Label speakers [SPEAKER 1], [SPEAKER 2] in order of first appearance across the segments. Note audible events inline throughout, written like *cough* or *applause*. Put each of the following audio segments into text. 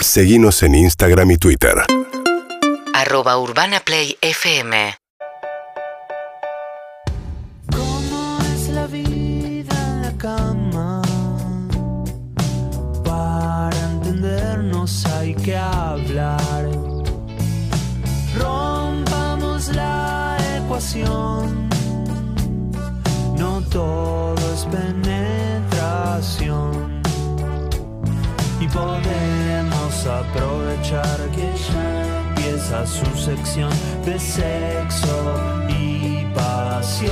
[SPEAKER 1] Seguimos en Instagram y Twitter.
[SPEAKER 2] arroba urbanaplayfm
[SPEAKER 3] ¿Cómo es la vida en la cama? Para entendernos hay que hablar. Rompamos la ecuación. No todo es penetración. Y podemos aprovechar que ya empieza su sección de sexo y pasión.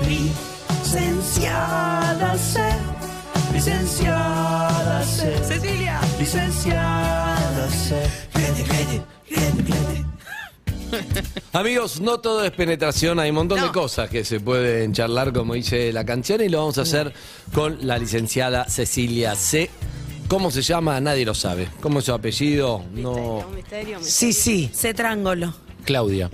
[SPEAKER 3] Licenciada C, licenciada C,
[SPEAKER 4] Cecilia.
[SPEAKER 3] licenciada C. Grande, grande, grande, grande.
[SPEAKER 5] Amigos, no todo es penetración, hay un montón de
[SPEAKER 4] No.
[SPEAKER 5] cosas que se pueden charlar, como dice la canción, y lo vamos a hacer con la licenciada Cecilia C. ¿Cómo se llama? Nadie lo sabe. ¿Cómo es su apellido? No.
[SPEAKER 4] Misterio, misterio.
[SPEAKER 6] Sí, sí.
[SPEAKER 7] C. Trángulo.
[SPEAKER 8] Claudia.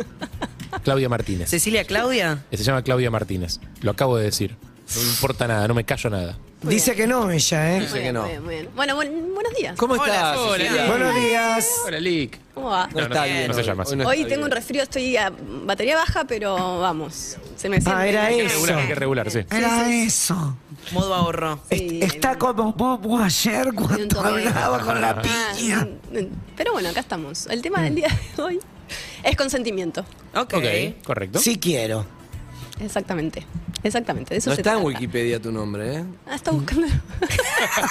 [SPEAKER 8] Claudia Martínez.
[SPEAKER 6] Cecilia Claudia
[SPEAKER 8] Se llama Claudia Martínez. Lo acabo de decir. No me importa nada, no me callo nada.
[SPEAKER 6] dice que no ella, ¿eh?
[SPEAKER 4] Muy bien,
[SPEAKER 5] que no.
[SPEAKER 4] muy bien, muy bien. Bueno, buen- buenos días.
[SPEAKER 5] ¿Cómo estás? Cecilia?
[SPEAKER 6] Buenos días.
[SPEAKER 8] Hola, Lick.
[SPEAKER 4] ¿Cómo va?
[SPEAKER 5] No, está bien.
[SPEAKER 8] no se
[SPEAKER 5] hoy,
[SPEAKER 8] llama así.
[SPEAKER 5] no
[SPEAKER 4] Hoy
[SPEAKER 5] está
[SPEAKER 4] tengo un
[SPEAKER 5] bien.
[SPEAKER 4] resfrío, estoy a batería baja, pero vamos. Se me
[SPEAKER 6] Ah, era
[SPEAKER 8] Hay que
[SPEAKER 6] Eso.
[SPEAKER 8] regular, hay que regular, sí.
[SPEAKER 6] Era eso.
[SPEAKER 7] Modo ahorro.
[SPEAKER 4] Sí,
[SPEAKER 6] Es- Está como Bobo ayer
[SPEAKER 4] hay un
[SPEAKER 6] cuando
[SPEAKER 4] toque de-
[SPEAKER 6] hablaba con la
[SPEAKER 4] Ah,
[SPEAKER 6] piña. Mm.
[SPEAKER 4] mm, mm, Pero bueno, acá estamos. El tema del día de hoy es consentimiento.
[SPEAKER 7] Ok.
[SPEAKER 8] Ok, correcto.
[SPEAKER 6] Sí quiero.
[SPEAKER 4] Exactamente. Exactamente. de eso
[SPEAKER 5] No
[SPEAKER 4] se
[SPEAKER 5] está en
[SPEAKER 4] trata.
[SPEAKER 5] Wikipedia tu nombre, ¿eh?
[SPEAKER 4] Ah, está buscando. *laughs*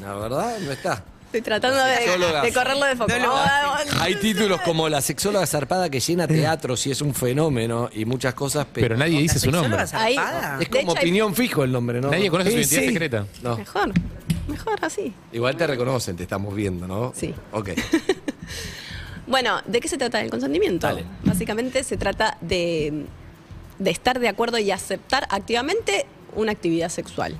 [SPEAKER 5] La verdad, no está.
[SPEAKER 4] *laughs* Estoy tratando de,
[SPEAKER 5] Sexóloga.
[SPEAKER 4] de correrlo de foco. Vamos, vamos.
[SPEAKER 5] Hay títulos como La sexóloga zarpada que llena teatros y es un fenómeno y muchas cosas, pero,
[SPEAKER 8] Pero nadie dice su nombre.
[SPEAKER 4] Ahí.
[SPEAKER 5] es
[SPEAKER 4] De
[SPEAKER 5] como
[SPEAKER 4] hecho, hay-
[SPEAKER 5] opinión fijo el nombre, ¿no?
[SPEAKER 8] Nadie conoce su
[SPEAKER 6] Sí,
[SPEAKER 8] identidad
[SPEAKER 6] sí.
[SPEAKER 8] secreta.
[SPEAKER 5] No.
[SPEAKER 4] Mejor. Mejor así.
[SPEAKER 5] Igual te reconocen, te estamos viendo, ¿no?
[SPEAKER 4] Sí.
[SPEAKER 5] *laughs* Ok.
[SPEAKER 4] Bueno, ¿de qué se trata el consentimiento?
[SPEAKER 5] Dale.
[SPEAKER 4] Básicamente se trata de, de estar de acuerdo y aceptar activamente una actividad sexual.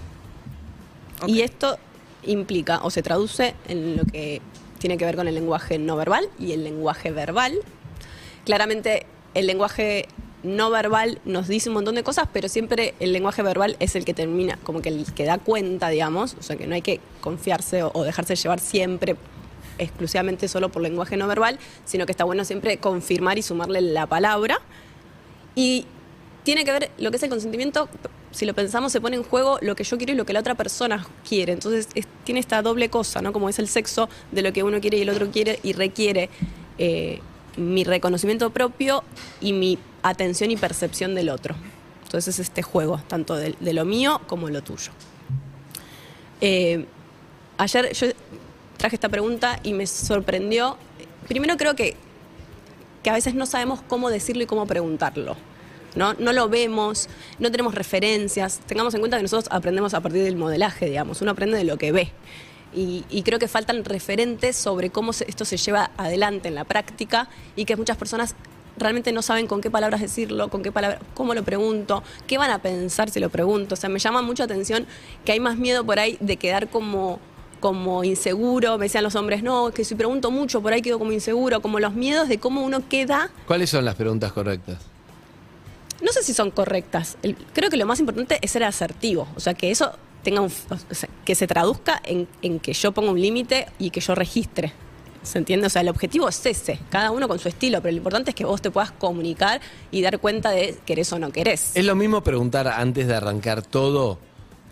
[SPEAKER 4] Y esto implica o se traduce en lo que tiene que ver con el lenguaje no verbal y el lenguaje verbal. Claramente el lenguaje no verbal nos dice un montón de cosas, pero siempre el lenguaje verbal es el que termina, como que el que da cuenta, digamos, o sea que no hay que confiarse o, o dejarse llevar siempre exclusivamente solo por lenguaje no verbal, sino que está bueno siempre confirmar y sumarle la palabra. Y tiene que ver lo que es el consentimiento, si lo pensamos, se pone en juego lo que yo quiero y lo que la otra persona quiere. Entonces es- tiene esta doble cosa, ¿no? Como es el sexo de lo que uno quiere y el otro quiere y requiere eh, mi reconocimiento propio y mi atención y percepción del otro. Entonces es este juego, tanto de, de lo mío como lo tuyo. Eh, ayer yo traje esta pregunta y me sorprendió. Primero creo que que a veces no sabemos cómo decirlo y cómo preguntarlo. ¿no? no lo vemos, no tenemos referencias. Tengamos en cuenta que nosotros aprendemos a partir del modelaje, digamos. Uno aprende de lo que ve. Y, y creo que faltan referentes sobre cómo se- esto se lleva adelante en la práctica y que muchas personas realmente no saben con qué palabras decirlo, con qué palabras, cómo lo pregunto, qué van a pensar si lo pregunto. O sea, me llama mucho atención que hay más miedo por ahí de quedar como como inseguro, me decían los hombres, no, es que si pregunto mucho, por ahí quedo como inseguro, como los miedos de cómo uno queda
[SPEAKER 5] ¿Cuáles son las preguntas correctas?
[SPEAKER 4] no sé si son correctas. El- creo que lo más importante es ser asertivo, o sea, que eso tenga un, o sea, que se traduzca en, en que yo ponga un límite y que yo registre. ¿Se entiende? O sea, el objetivo es ese, cada uno con su estilo, pero lo importante es que vos te puedas comunicar y dar cuenta de querés o no querés.
[SPEAKER 5] Es lo mismo preguntar antes de arrancar todo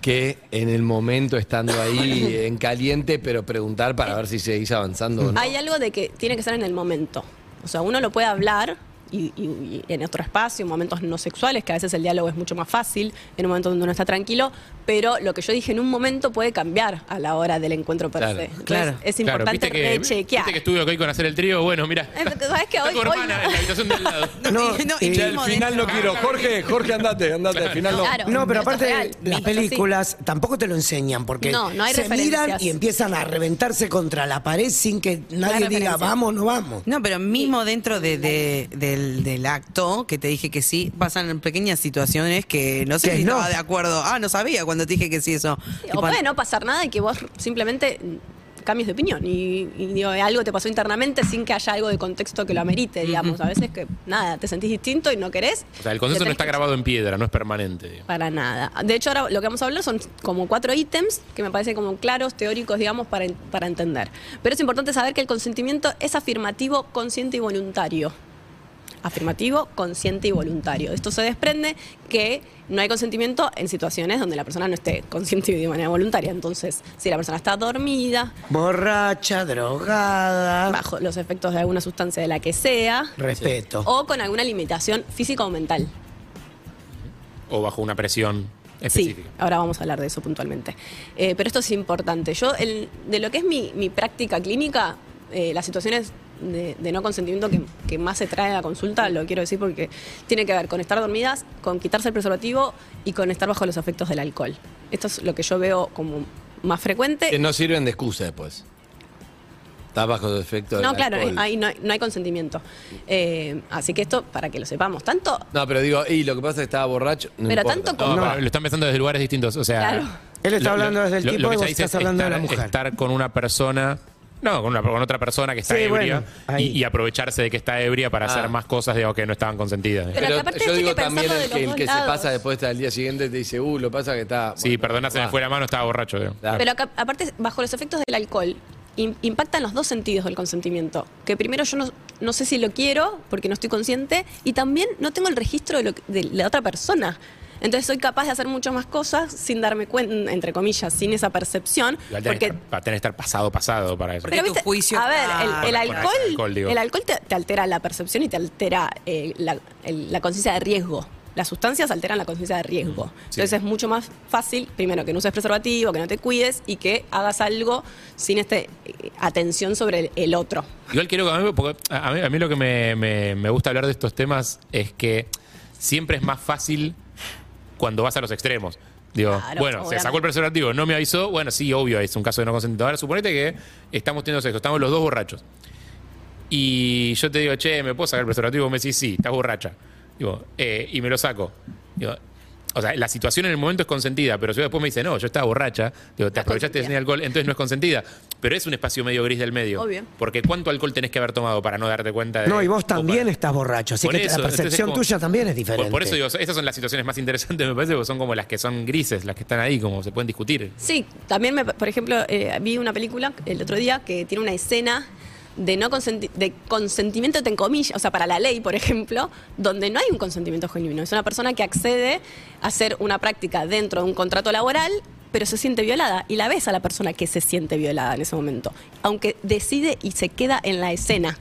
[SPEAKER 5] que en el momento estando ahí *laughs* en caliente, pero preguntar para ver si seguís avanzando o no.
[SPEAKER 4] Hay algo de que tiene que ser en el momento. O sea, uno lo puede hablar y, y- y en otro espacio, en momentos no sexuales, que a veces el diálogo es mucho más fácil, en un momento donde uno está tranquilo, pero lo que yo dije en un momento puede cambiar a la hora del encuentro per
[SPEAKER 5] Claro,
[SPEAKER 4] se. Entonces,
[SPEAKER 6] claro,
[SPEAKER 4] es
[SPEAKER 8] Claro,
[SPEAKER 4] importante
[SPEAKER 8] viste que,
[SPEAKER 4] rechequear.
[SPEAKER 8] viste que estuve ok con hacer el trío. Bueno, mira.
[SPEAKER 4] Eh,
[SPEAKER 8] *laughs*
[SPEAKER 4] porque sabés que
[SPEAKER 8] está
[SPEAKER 4] hoy-
[SPEAKER 8] tu
[SPEAKER 4] hoy
[SPEAKER 8] hermana
[SPEAKER 4] no.
[SPEAKER 8] en la habitación del lado.
[SPEAKER 6] No, eh,
[SPEAKER 5] Ya al final no quiero. Jorge, Jorge, andate, andate. Al final no.
[SPEAKER 4] Claro.
[SPEAKER 6] No, pero
[SPEAKER 4] Esto es
[SPEAKER 6] aparte
[SPEAKER 4] real. Esto
[SPEAKER 6] las
[SPEAKER 4] sí.
[SPEAKER 6] películas tampoco te lo enseñan porque
[SPEAKER 4] No, no hay
[SPEAKER 6] se
[SPEAKER 4] referencias.
[SPEAKER 6] miran y empiezan a reventarse contra la pared sin que nadie diga
[SPEAKER 4] referencias.
[SPEAKER 6] vamos, no vamos.
[SPEAKER 7] No, pero mismo dentro de, de- del, del acto, que te dije que sí, pasan pequeñas situaciones que no sé
[SPEAKER 6] Que
[SPEAKER 7] si
[SPEAKER 6] no.
[SPEAKER 7] estaba de acuerdo. Ah, no sabía cuando te dije que sí eso.
[SPEAKER 4] O
[SPEAKER 7] Tipo,
[SPEAKER 4] puede no pasar nada y que vos simplemente cambies de opinión y, y digo, algo te pasó internamente sin que haya algo de contexto que lo amerite, digamos. A veces que nada, te sentís distinto y no querés.
[SPEAKER 8] O sea, el
[SPEAKER 4] Te
[SPEAKER 8] consenso no
[SPEAKER 4] tenés
[SPEAKER 8] está
[SPEAKER 4] que-
[SPEAKER 8] grabado en piedra, no es permanente. digo.
[SPEAKER 4] Para nada. De hecho, ahora lo que vamos a hablar son como cuatro ítems que me parecen como claros, teóricos, digamos, para, en- para entender. Pero es importante saber que el consentimiento es afirmativo, consciente y voluntario. Afirmativo, consciente y voluntario. Esto se desprende que no hay consentimiento en situaciones donde la persona no esté consciente y de manera voluntaria. Entonces, si la persona está dormida,
[SPEAKER 6] Borracha, drogada.
[SPEAKER 4] bajo los efectos de alguna sustancia de la que sea,
[SPEAKER 6] Respeto.
[SPEAKER 4] o con alguna limitación física o mental.
[SPEAKER 8] O bajo una presión específica.
[SPEAKER 4] Sí, ahora vamos a hablar de eso puntualmente. Eh, pero esto es importante. Yo, el- de lo que es mi, mi práctica clínica, eh, las situaciones de, de no consentimiento que, que más se trae a la consulta, lo quiero decir porque tiene que ver con estar dormidas, con quitarse el preservativo y con estar bajo los efectos del alcohol. Esto es lo que yo veo como más
[SPEAKER 5] Que
[SPEAKER 4] frecuente.
[SPEAKER 5] no sirven de excusa después. Estás bajo el efecto del
[SPEAKER 4] No, claro,
[SPEAKER 5] alcohol.
[SPEAKER 4] ahí no hay, no hay consentimiento. Eh, así que esto, para que lo sepamos, tanto...
[SPEAKER 5] No, pero digo, y lo que pasa es que estaba borracho. No
[SPEAKER 4] Pero
[SPEAKER 5] importa.
[SPEAKER 4] tanto
[SPEAKER 8] No,
[SPEAKER 4] No.
[SPEAKER 8] pero lo están pensando desde lugares distintos. O sea,
[SPEAKER 4] Claro.
[SPEAKER 6] Él está hablando desde el
[SPEAKER 8] lo-
[SPEAKER 6] tipo
[SPEAKER 8] lo que
[SPEAKER 6] y
[SPEAKER 8] ella
[SPEAKER 6] vos
[SPEAKER 8] dice
[SPEAKER 6] estás
[SPEAKER 8] es
[SPEAKER 6] hablando de la
[SPEAKER 8] estar-
[SPEAKER 6] mujer.
[SPEAKER 8] Estar con una persona. No, con, una- con otra persona que está
[SPEAKER 6] Sí,
[SPEAKER 8] ebria
[SPEAKER 6] bueno,
[SPEAKER 8] y,
[SPEAKER 6] ahí.
[SPEAKER 8] y aprovecharse de que está ebria para
[SPEAKER 5] Ah.
[SPEAKER 8] hacer más cosas de que no estaban consentidas.
[SPEAKER 4] Pero que aparte
[SPEAKER 5] yo
[SPEAKER 4] hay que
[SPEAKER 5] digo también
[SPEAKER 4] pensarlo
[SPEAKER 5] el
[SPEAKER 4] de
[SPEAKER 5] que, el
[SPEAKER 4] los
[SPEAKER 5] que
[SPEAKER 4] dos
[SPEAKER 5] se
[SPEAKER 4] lados.
[SPEAKER 5] pasa después al día siguiente te dice, uh, lo pasa que está.
[SPEAKER 8] sí,
[SPEAKER 5] bueno,
[SPEAKER 8] perdona, se me
[SPEAKER 5] va.
[SPEAKER 8] fue la mano, estaba borracho. digo.
[SPEAKER 5] Claro.
[SPEAKER 4] Pero que, aparte, bajo los efectos del alcohol, im- impactan los dos sentidos del consentimiento. Que primero yo no, no sé si lo quiero, porque no estoy consciente, y también no tengo el registro de, lo que- de la otra persona. Entonces soy capaz de hacer muchas más cosas sin darme cuenta, entre comillas, sin esa percepción.
[SPEAKER 8] Igual tenés que
[SPEAKER 4] Porque,
[SPEAKER 8] estar- tenés que estar pasado, pasado para eso.
[SPEAKER 7] Porque tu juicio
[SPEAKER 4] a ver, el- el,
[SPEAKER 7] está-
[SPEAKER 8] Con
[SPEAKER 4] alcohol,
[SPEAKER 8] ese alcohol, digo.
[SPEAKER 4] el alcohol te, te altera la percepción y te altera eh, la, el- la conciencia de riesgo. Las sustancias alteran la conciencia de riesgo. Entonces es mucho más fácil, primero, que no uses preservativo, que no te cuides y que hagas algo sin este eh, atención sobre el, el otro.
[SPEAKER 8] Igual quiero que a mí, porque a a mí, a mí lo que me, me- me gusta hablar de estos temas es que siempre es más fácil cuando vas a los extremos. Digo,
[SPEAKER 4] Claro,
[SPEAKER 8] bueno, se sacó el
[SPEAKER 4] obviamente.
[SPEAKER 8] preservativo, no me avisó, bueno, sí, obvio, es un caso de no consentimiento. Ahora suponete que estamos teniendo sexo, estamos los dos borrachos. Y yo te digo, che, ¿me puedo sacar el preservativo? Vos me decís, sí, estás borracha. Digo, eh, y me lo saco. Digo, o sea, la situación en el momento es consentida, pero si después me dice, no, yo estaba borracha, digo, te aprovechaste de
[SPEAKER 4] consentida.
[SPEAKER 8] tener alcohol, entonces no es consentida. Pero es un espacio medio gris del medio.
[SPEAKER 4] Obvio.
[SPEAKER 8] Porque ¿cuánto alcohol tenés que haber tomado para no darte cuenta de.?
[SPEAKER 6] No, y
[SPEAKER 8] o
[SPEAKER 6] vos
[SPEAKER 8] para-
[SPEAKER 6] también estás borracho, así
[SPEAKER 8] Por
[SPEAKER 6] que
[SPEAKER 8] eso,
[SPEAKER 6] la
[SPEAKER 8] entonces
[SPEAKER 6] percepción
[SPEAKER 8] como-
[SPEAKER 6] tuya también es
[SPEAKER 8] Por,
[SPEAKER 6] diferente.
[SPEAKER 8] por eso digo, esas son las situaciones más interesantes, *laughs* me parece, porque son como las que son grises, las que están ahí, como se pueden discutir.
[SPEAKER 4] Sí, también, me, por ejemplo, eh, vi una película el otro día que tiene una escena de no consenti- de consentimiento entre comillas, o sea, para la ley, por ejemplo, donde no hay un consentimiento genuino. Es una persona que accede a hacer una práctica dentro de un contrato laboral, pero se siente violada y la ves a la persona que se siente violada en ese momento, aunque decide y se queda en la escena.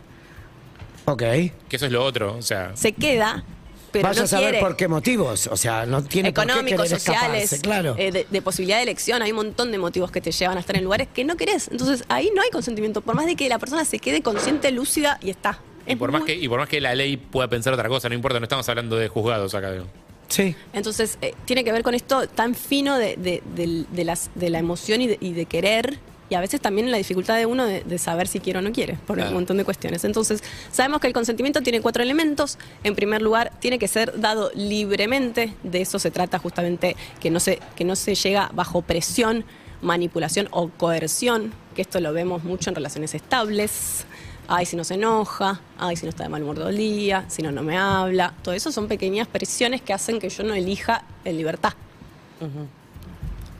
[SPEAKER 6] Ok.
[SPEAKER 8] Que eso es lo otro, o sea.
[SPEAKER 4] Se queda, pero
[SPEAKER 6] Vaya
[SPEAKER 4] no
[SPEAKER 6] a saber
[SPEAKER 4] quiere.
[SPEAKER 6] por qué motivos. O sea, no tiene por qué
[SPEAKER 4] económicos,
[SPEAKER 6] querer
[SPEAKER 4] sociales,
[SPEAKER 6] escaparse, claro.
[SPEAKER 4] eh, de, de posibilidad de elección. Hay un montón de motivos que te llevan a estar en lugares que no querés. Entonces ahí no hay consentimiento, por más de que la persona se quede consciente, lúcida y está.
[SPEAKER 8] Y
[SPEAKER 4] Es
[SPEAKER 8] por, más
[SPEAKER 4] muy-
[SPEAKER 8] que, y por más que la ley pueda pensar otra cosa, no importa, no estamos hablando de juzgados acá. digo.
[SPEAKER 6] sí.
[SPEAKER 4] Entonces eh, tiene que ver con esto tan fino de, de- del- de las, de la emoción y de, y de querer. Y a veces también la dificultad de uno de, de saber si quiere o no quiere, por
[SPEAKER 5] Claro.
[SPEAKER 4] un montón de cuestiones. Entonces, sabemos que el consentimiento tiene cuatro elementos. En primer lugar, tiene que ser dado libremente. De eso se trata justamente, que no se, que no se llega bajo presión, manipulación o coerción, que esto lo vemos mucho en relaciones estables. Ay, si no se enoja, ay, si no está de mal humor todo el día, si no, no me habla. Todo eso son pequeñas presiones que hacen que yo no elija en libertad.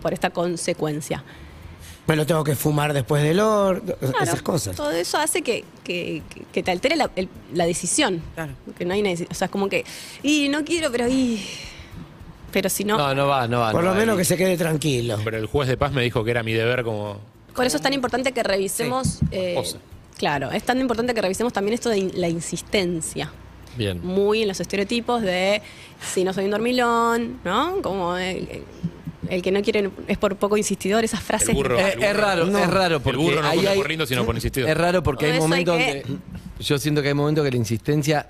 [SPEAKER 4] Por esta consecuencia.
[SPEAKER 6] Me lo tengo que fumar después del orto, esas
[SPEAKER 4] Claro,
[SPEAKER 6] cosas.
[SPEAKER 4] Todo eso hace que, que- que- que te altere la, el- la decisión.
[SPEAKER 7] Claro.
[SPEAKER 4] Que no hay una deci- O sea, es como que, y no quiero, pero y. Pero si no.
[SPEAKER 5] No, no va, no va.
[SPEAKER 6] Por
[SPEAKER 5] no
[SPEAKER 6] lo
[SPEAKER 5] va
[SPEAKER 6] menos
[SPEAKER 5] ahí.
[SPEAKER 6] que se quede tranquilo.
[SPEAKER 8] Pero el juez de paz me dijo que era mi deber como.
[SPEAKER 4] Por eso es tan importante que revisemos. eh,
[SPEAKER 8] cosa.
[SPEAKER 4] claro, es tan importante que revisemos también esto de in- la insistencia.
[SPEAKER 5] Bien.
[SPEAKER 4] Muy en los estereotipos de si no soy un dormilón, ¿no? Como el, el que no quiere es por poco insistidor, esas frases.
[SPEAKER 8] El burro.
[SPEAKER 5] Eh,
[SPEAKER 8] el burro.
[SPEAKER 5] es raro,
[SPEAKER 6] No.
[SPEAKER 5] es raro
[SPEAKER 8] El
[SPEAKER 5] porque
[SPEAKER 8] burro no
[SPEAKER 5] ahí
[SPEAKER 8] pone
[SPEAKER 5] hay-
[SPEAKER 8] corriendo, sino pone insistido.
[SPEAKER 5] Es raro porque hay
[SPEAKER 4] Todo eso hay
[SPEAKER 5] momentos
[SPEAKER 4] que-
[SPEAKER 5] donde yo siento que hay momentos que la insistencia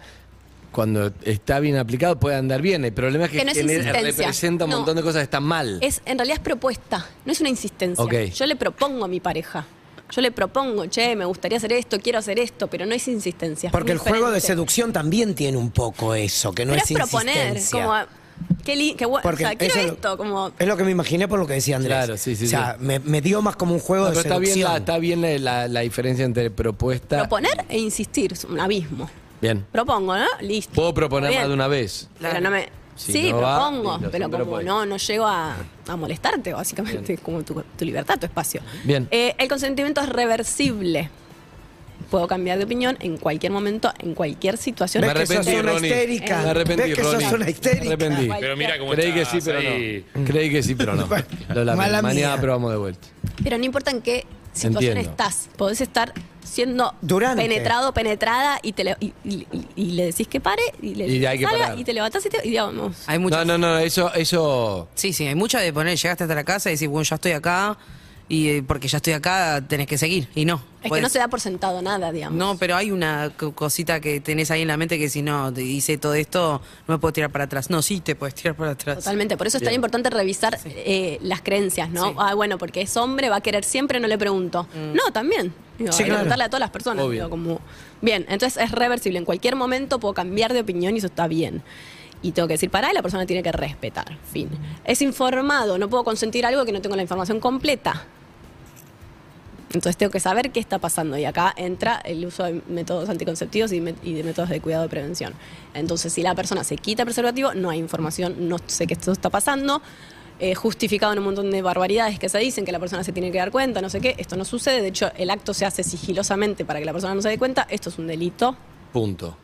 [SPEAKER 5] cuando está bien aplicado puede andar bien. El problema es que,
[SPEAKER 4] Que no es
[SPEAKER 5] genera-
[SPEAKER 4] insistencia.
[SPEAKER 5] representa un
[SPEAKER 4] No.
[SPEAKER 5] montón de cosas que están mal.
[SPEAKER 4] Es, en realidad es propuesta, no es una insistencia.
[SPEAKER 5] Ok.
[SPEAKER 4] Yo le propongo a mi pareja. Yo le propongo, che, me gustaría hacer esto, quiero hacer esto, pero no es insistencia. es
[SPEAKER 6] Porque el
[SPEAKER 4] muy
[SPEAKER 6] juego de
[SPEAKER 4] diferente.
[SPEAKER 6] seducción también tiene un poco eso, que no
[SPEAKER 4] Pero
[SPEAKER 6] es
[SPEAKER 4] es proponer,
[SPEAKER 6] insistencia.
[SPEAKER 4] como a- Qué, li- qué bueno. O
[SPEAKER 6] Porque
[SPEAKER 4] sea, quiero
[SPEAKER 6] eso-
[SPEAKER 4] esto, como.
[SPEAKER 6] Es lo que me imaginé por lo que decía Andrés.
[SPEAKER 5] Claro, sí, sí,
[SPEAKER 6] O sea,
[SPEAKER 5] sí.
[SPEAKER 6] Me, me dio más como un juego
[SPEAKER 5] No,
[SPEAKER 6] de
[SPEAKER 5] pero está bien,
[SPEAKER 6] seducción.
[SPEAKER 5] la, está bien la, la- la diferencia entre propuesta.
[SPEAKER 4] Proponer e insistir, es un abismo.
[SPEAKER 5] Bien.
[SPEAKER 4] Propongo, ¿no? Listo.
[SPEAKER 5] Puedo proponer
[SPEAKER 4] Bien.
[SPEAKER 5] más de una vez.
[SPEAKER 4] Pero no me.
[SPEAKER 5] Si
[SPEAKER 4] sí,
[SPEAKER 5] no va,
[SPEAKER 4] propongo,
[SPEAKER 5] listo,
[SPEAKER 4] pero
[SPEAKER 5] sí,
[SPEAKER 4] como
[SPEAKER 5] pero puede.
[SPEAKER 4] no, no llego a, a molestarte, básicamente, es como tu, tu libertad, tu espacio.
[SPEAKER 5] Bien.
[SPEAKER 4] Eh, el consentimiento es reversible. Puedo cambiar de opinión en cualquier momento, en cualquier situación.
[SPEAKER 6] ¿Ves
[SPEAKER 5] Me
[SPEAKER 6] que sos
[SPEAKER 5] arrepentí,
[SPEAKER 6] una
[SPEAKER 5] Ronnie.
[SPEAKER 6] histérica?
[SPEAKER 5] Me arrepentí,
[SPEAKER 6] ¿Ves que
[SPEAKER 5] Ronnie.
[SPEAKER 6] sos una histérica?
[SPEAKER 5] Me arrepentí.
[SPEAKER 8] Pero mira cómo
[SPEAKER 5] Creí que
[SPEAKER 8] estás
[SPEAKER 5] sí, pero
[SPEAKER 8] ahí.
[SPEAKER 5] no. Mm. Creí que sí,
[SPEAKER 4] *laughs*
[SPEAKER 5] pero no. Lo lamento.
[SPEAKER 6] Mala
[SPEAKER 5] Mañana
[SPEAKER 6] mía.
[SPEAKER 5] probamos de vuelta.
[SPEAKER 4] Pero no importa en qué situación
[SPEAKER 5] Entiendo.
[SPEAKER 4] estás, podés estar siendo
[SPEAKER 6] Durante.
[SPEAKER 4] penetrado, penetrada, y, te le, y, y- y- y le decís que pare, y le
[SPEAKER 5] Y hay que
[SPEAKER 4] salga,
[SPEAKER 5] parar.
[SPEAKER 4] y te levantás y, te, y digamos,
[SPEAKER 7] Hay muchas.
[SPEAKER 5] No, no, no, eso, eso.
[SPEAKER 7] Sí, sí, hay muchas de poner, llegaste hasta la casa y decir, bueno, ya estoy acá, y eh, porque ya estoy acá, tenés que seguir. Y no.
[SPEAKER 4] es que
[SPEAKER 7] podés-
[SPEAKER 4] no se da por sentado nada, digamos.
[SPEAKER 7] Pues No, pero hay una co- cosita que tenés ahí en la mente que si no, te hice todo esto, no me puedo tirar para atrás. No, sí, te puedes tirar para atrás.
[SPEAKER 4] Totalmente, por eso es tan importante revisar eh, las creencias, ¿no?
[SPEAKER 7] Sí.
[SPEAKER 4] Ah, bueno, porque es hombre, va a querer siempre, no le pregunto. No, también. Digo,
[SPEAKER 6] Sí,
[SPEAKER 4] hay que
[SPEAKER 6] claro.
[SPEAKER 4] preguntarle a todas las personas.
[SPEAKER 5] Obvio.
[SPEAKER 4] digo, como... Bien, entonces es reversible. En cualquier momento puedo cambiar de opinión y eso está bien. Y tengo que decir pará y la persona tiene que respetar. Fin. Es informado, no puedo consentir algo que no tengo la información completa. Entonces tengo que saber qué está pasando y acá entra el uso de métodos anticonceptivos y, me- y de métodos de cuidado de prevención. Entonces si la persona se quita el preservativo, no hay información, no sé qué esto está pasando, eh, justificado en un montón de barbaridades que se dicen, que la persona se tiene que dar cuenta, no sé qué, esto no sucede, de hecho el acto se hace sigilosamente para que la persona no se dé cuenta, esto es un delito,
[SPEAKER 5] Punto.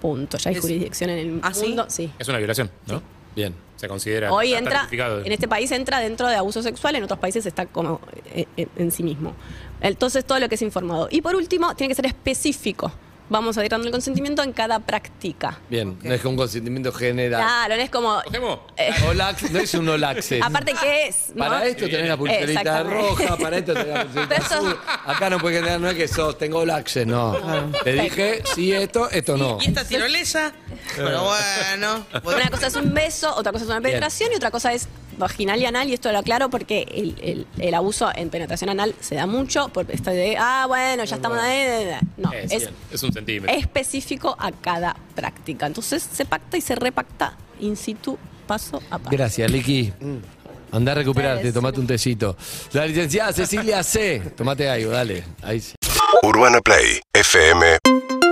[SPEAKER 4] punto, ya hay
[SPEAKER 7] Es-
[SPEAKER 4] jurisdicción en el
[SPEAKER 7] ¿Ah, sí?
[SPEAKER 4] mundo, sí.
[SPEAKER 8] Es una violación, ¿no?
[SPEAKER 5] Bien.
[SPEAKER 8] Se considera.
[SPEAKER 4] Hoy
[SPEAKER 8] está
[SPEAKER 4] entra,
[SPEAKER 8] tipificado.
[SPEAKER 4] en este país entra dentro de abuso sexual, en otros países está como eh, eh, en sí mismo. Entonces, todo lo que es informado. Y por último, tiene que ser específico. Vamos a ir dando el consentimiento en cada práctica.
[SPEAKER 5] Bien. No es que un consentimiento general.
[SPEAKER 4] Claro, no es como.
[SPEAKER 8] Cogemos.
[SPEAKER 4] eh,
[SPEAKER 5] *laughs* Olax, no es un olaxe.
[SPEAKER 4] aparte, ¿qué es? no?
[SPEAKER 5] Para esto tenés la pulserita
[SPEAKER 4] Exactamente.
[SPEAKER 5] roja, para esto tenés la pulserita
[SPEAKER 4] Pero eso-
[SPEAKER 5] azul. Acá no puede generar, no es que sos, tengo olaxe, no.
[SPEAKER 4] Ah.
[SPEAKER 5] Te dije, sí esto, esto no.
[SPEAKER 7] ¿Y esta tirolesa? Pero bueno.
[SPEAKER 4] *laughs* Una cosa es un beso, otra cosa es una
[SPEAKER 5] Bien.
[SPEAKER 4] penetración y otra cosa es vaginal y anal. Y esto lo aclaro porque el, el- el abuso en penetración anal se da mucho por esto de, ah, bueno, ya estamos ahí. No,
[SPEAKER 8] Es,
[SPEAKER 4] Eh, es
[SPEAKER 8] es un centímetro.
[SPEAKER 4] específico a cada práctica. Entonces se pacta y se repacta in situ, paso a paso.
[SPEAKER 5] Gracias, Liki.
[SPEAKER 4] Mm.
[SPEAKER 5] Andá a recuperarte,
[SPEAKER 4] Ustedes,
[SPEAKER 5] tomate un tecito. La licenciada Cecilia C. Tomate algo, dale. Ahí sí.
[SPEAKER 1] Urbana Play fm.com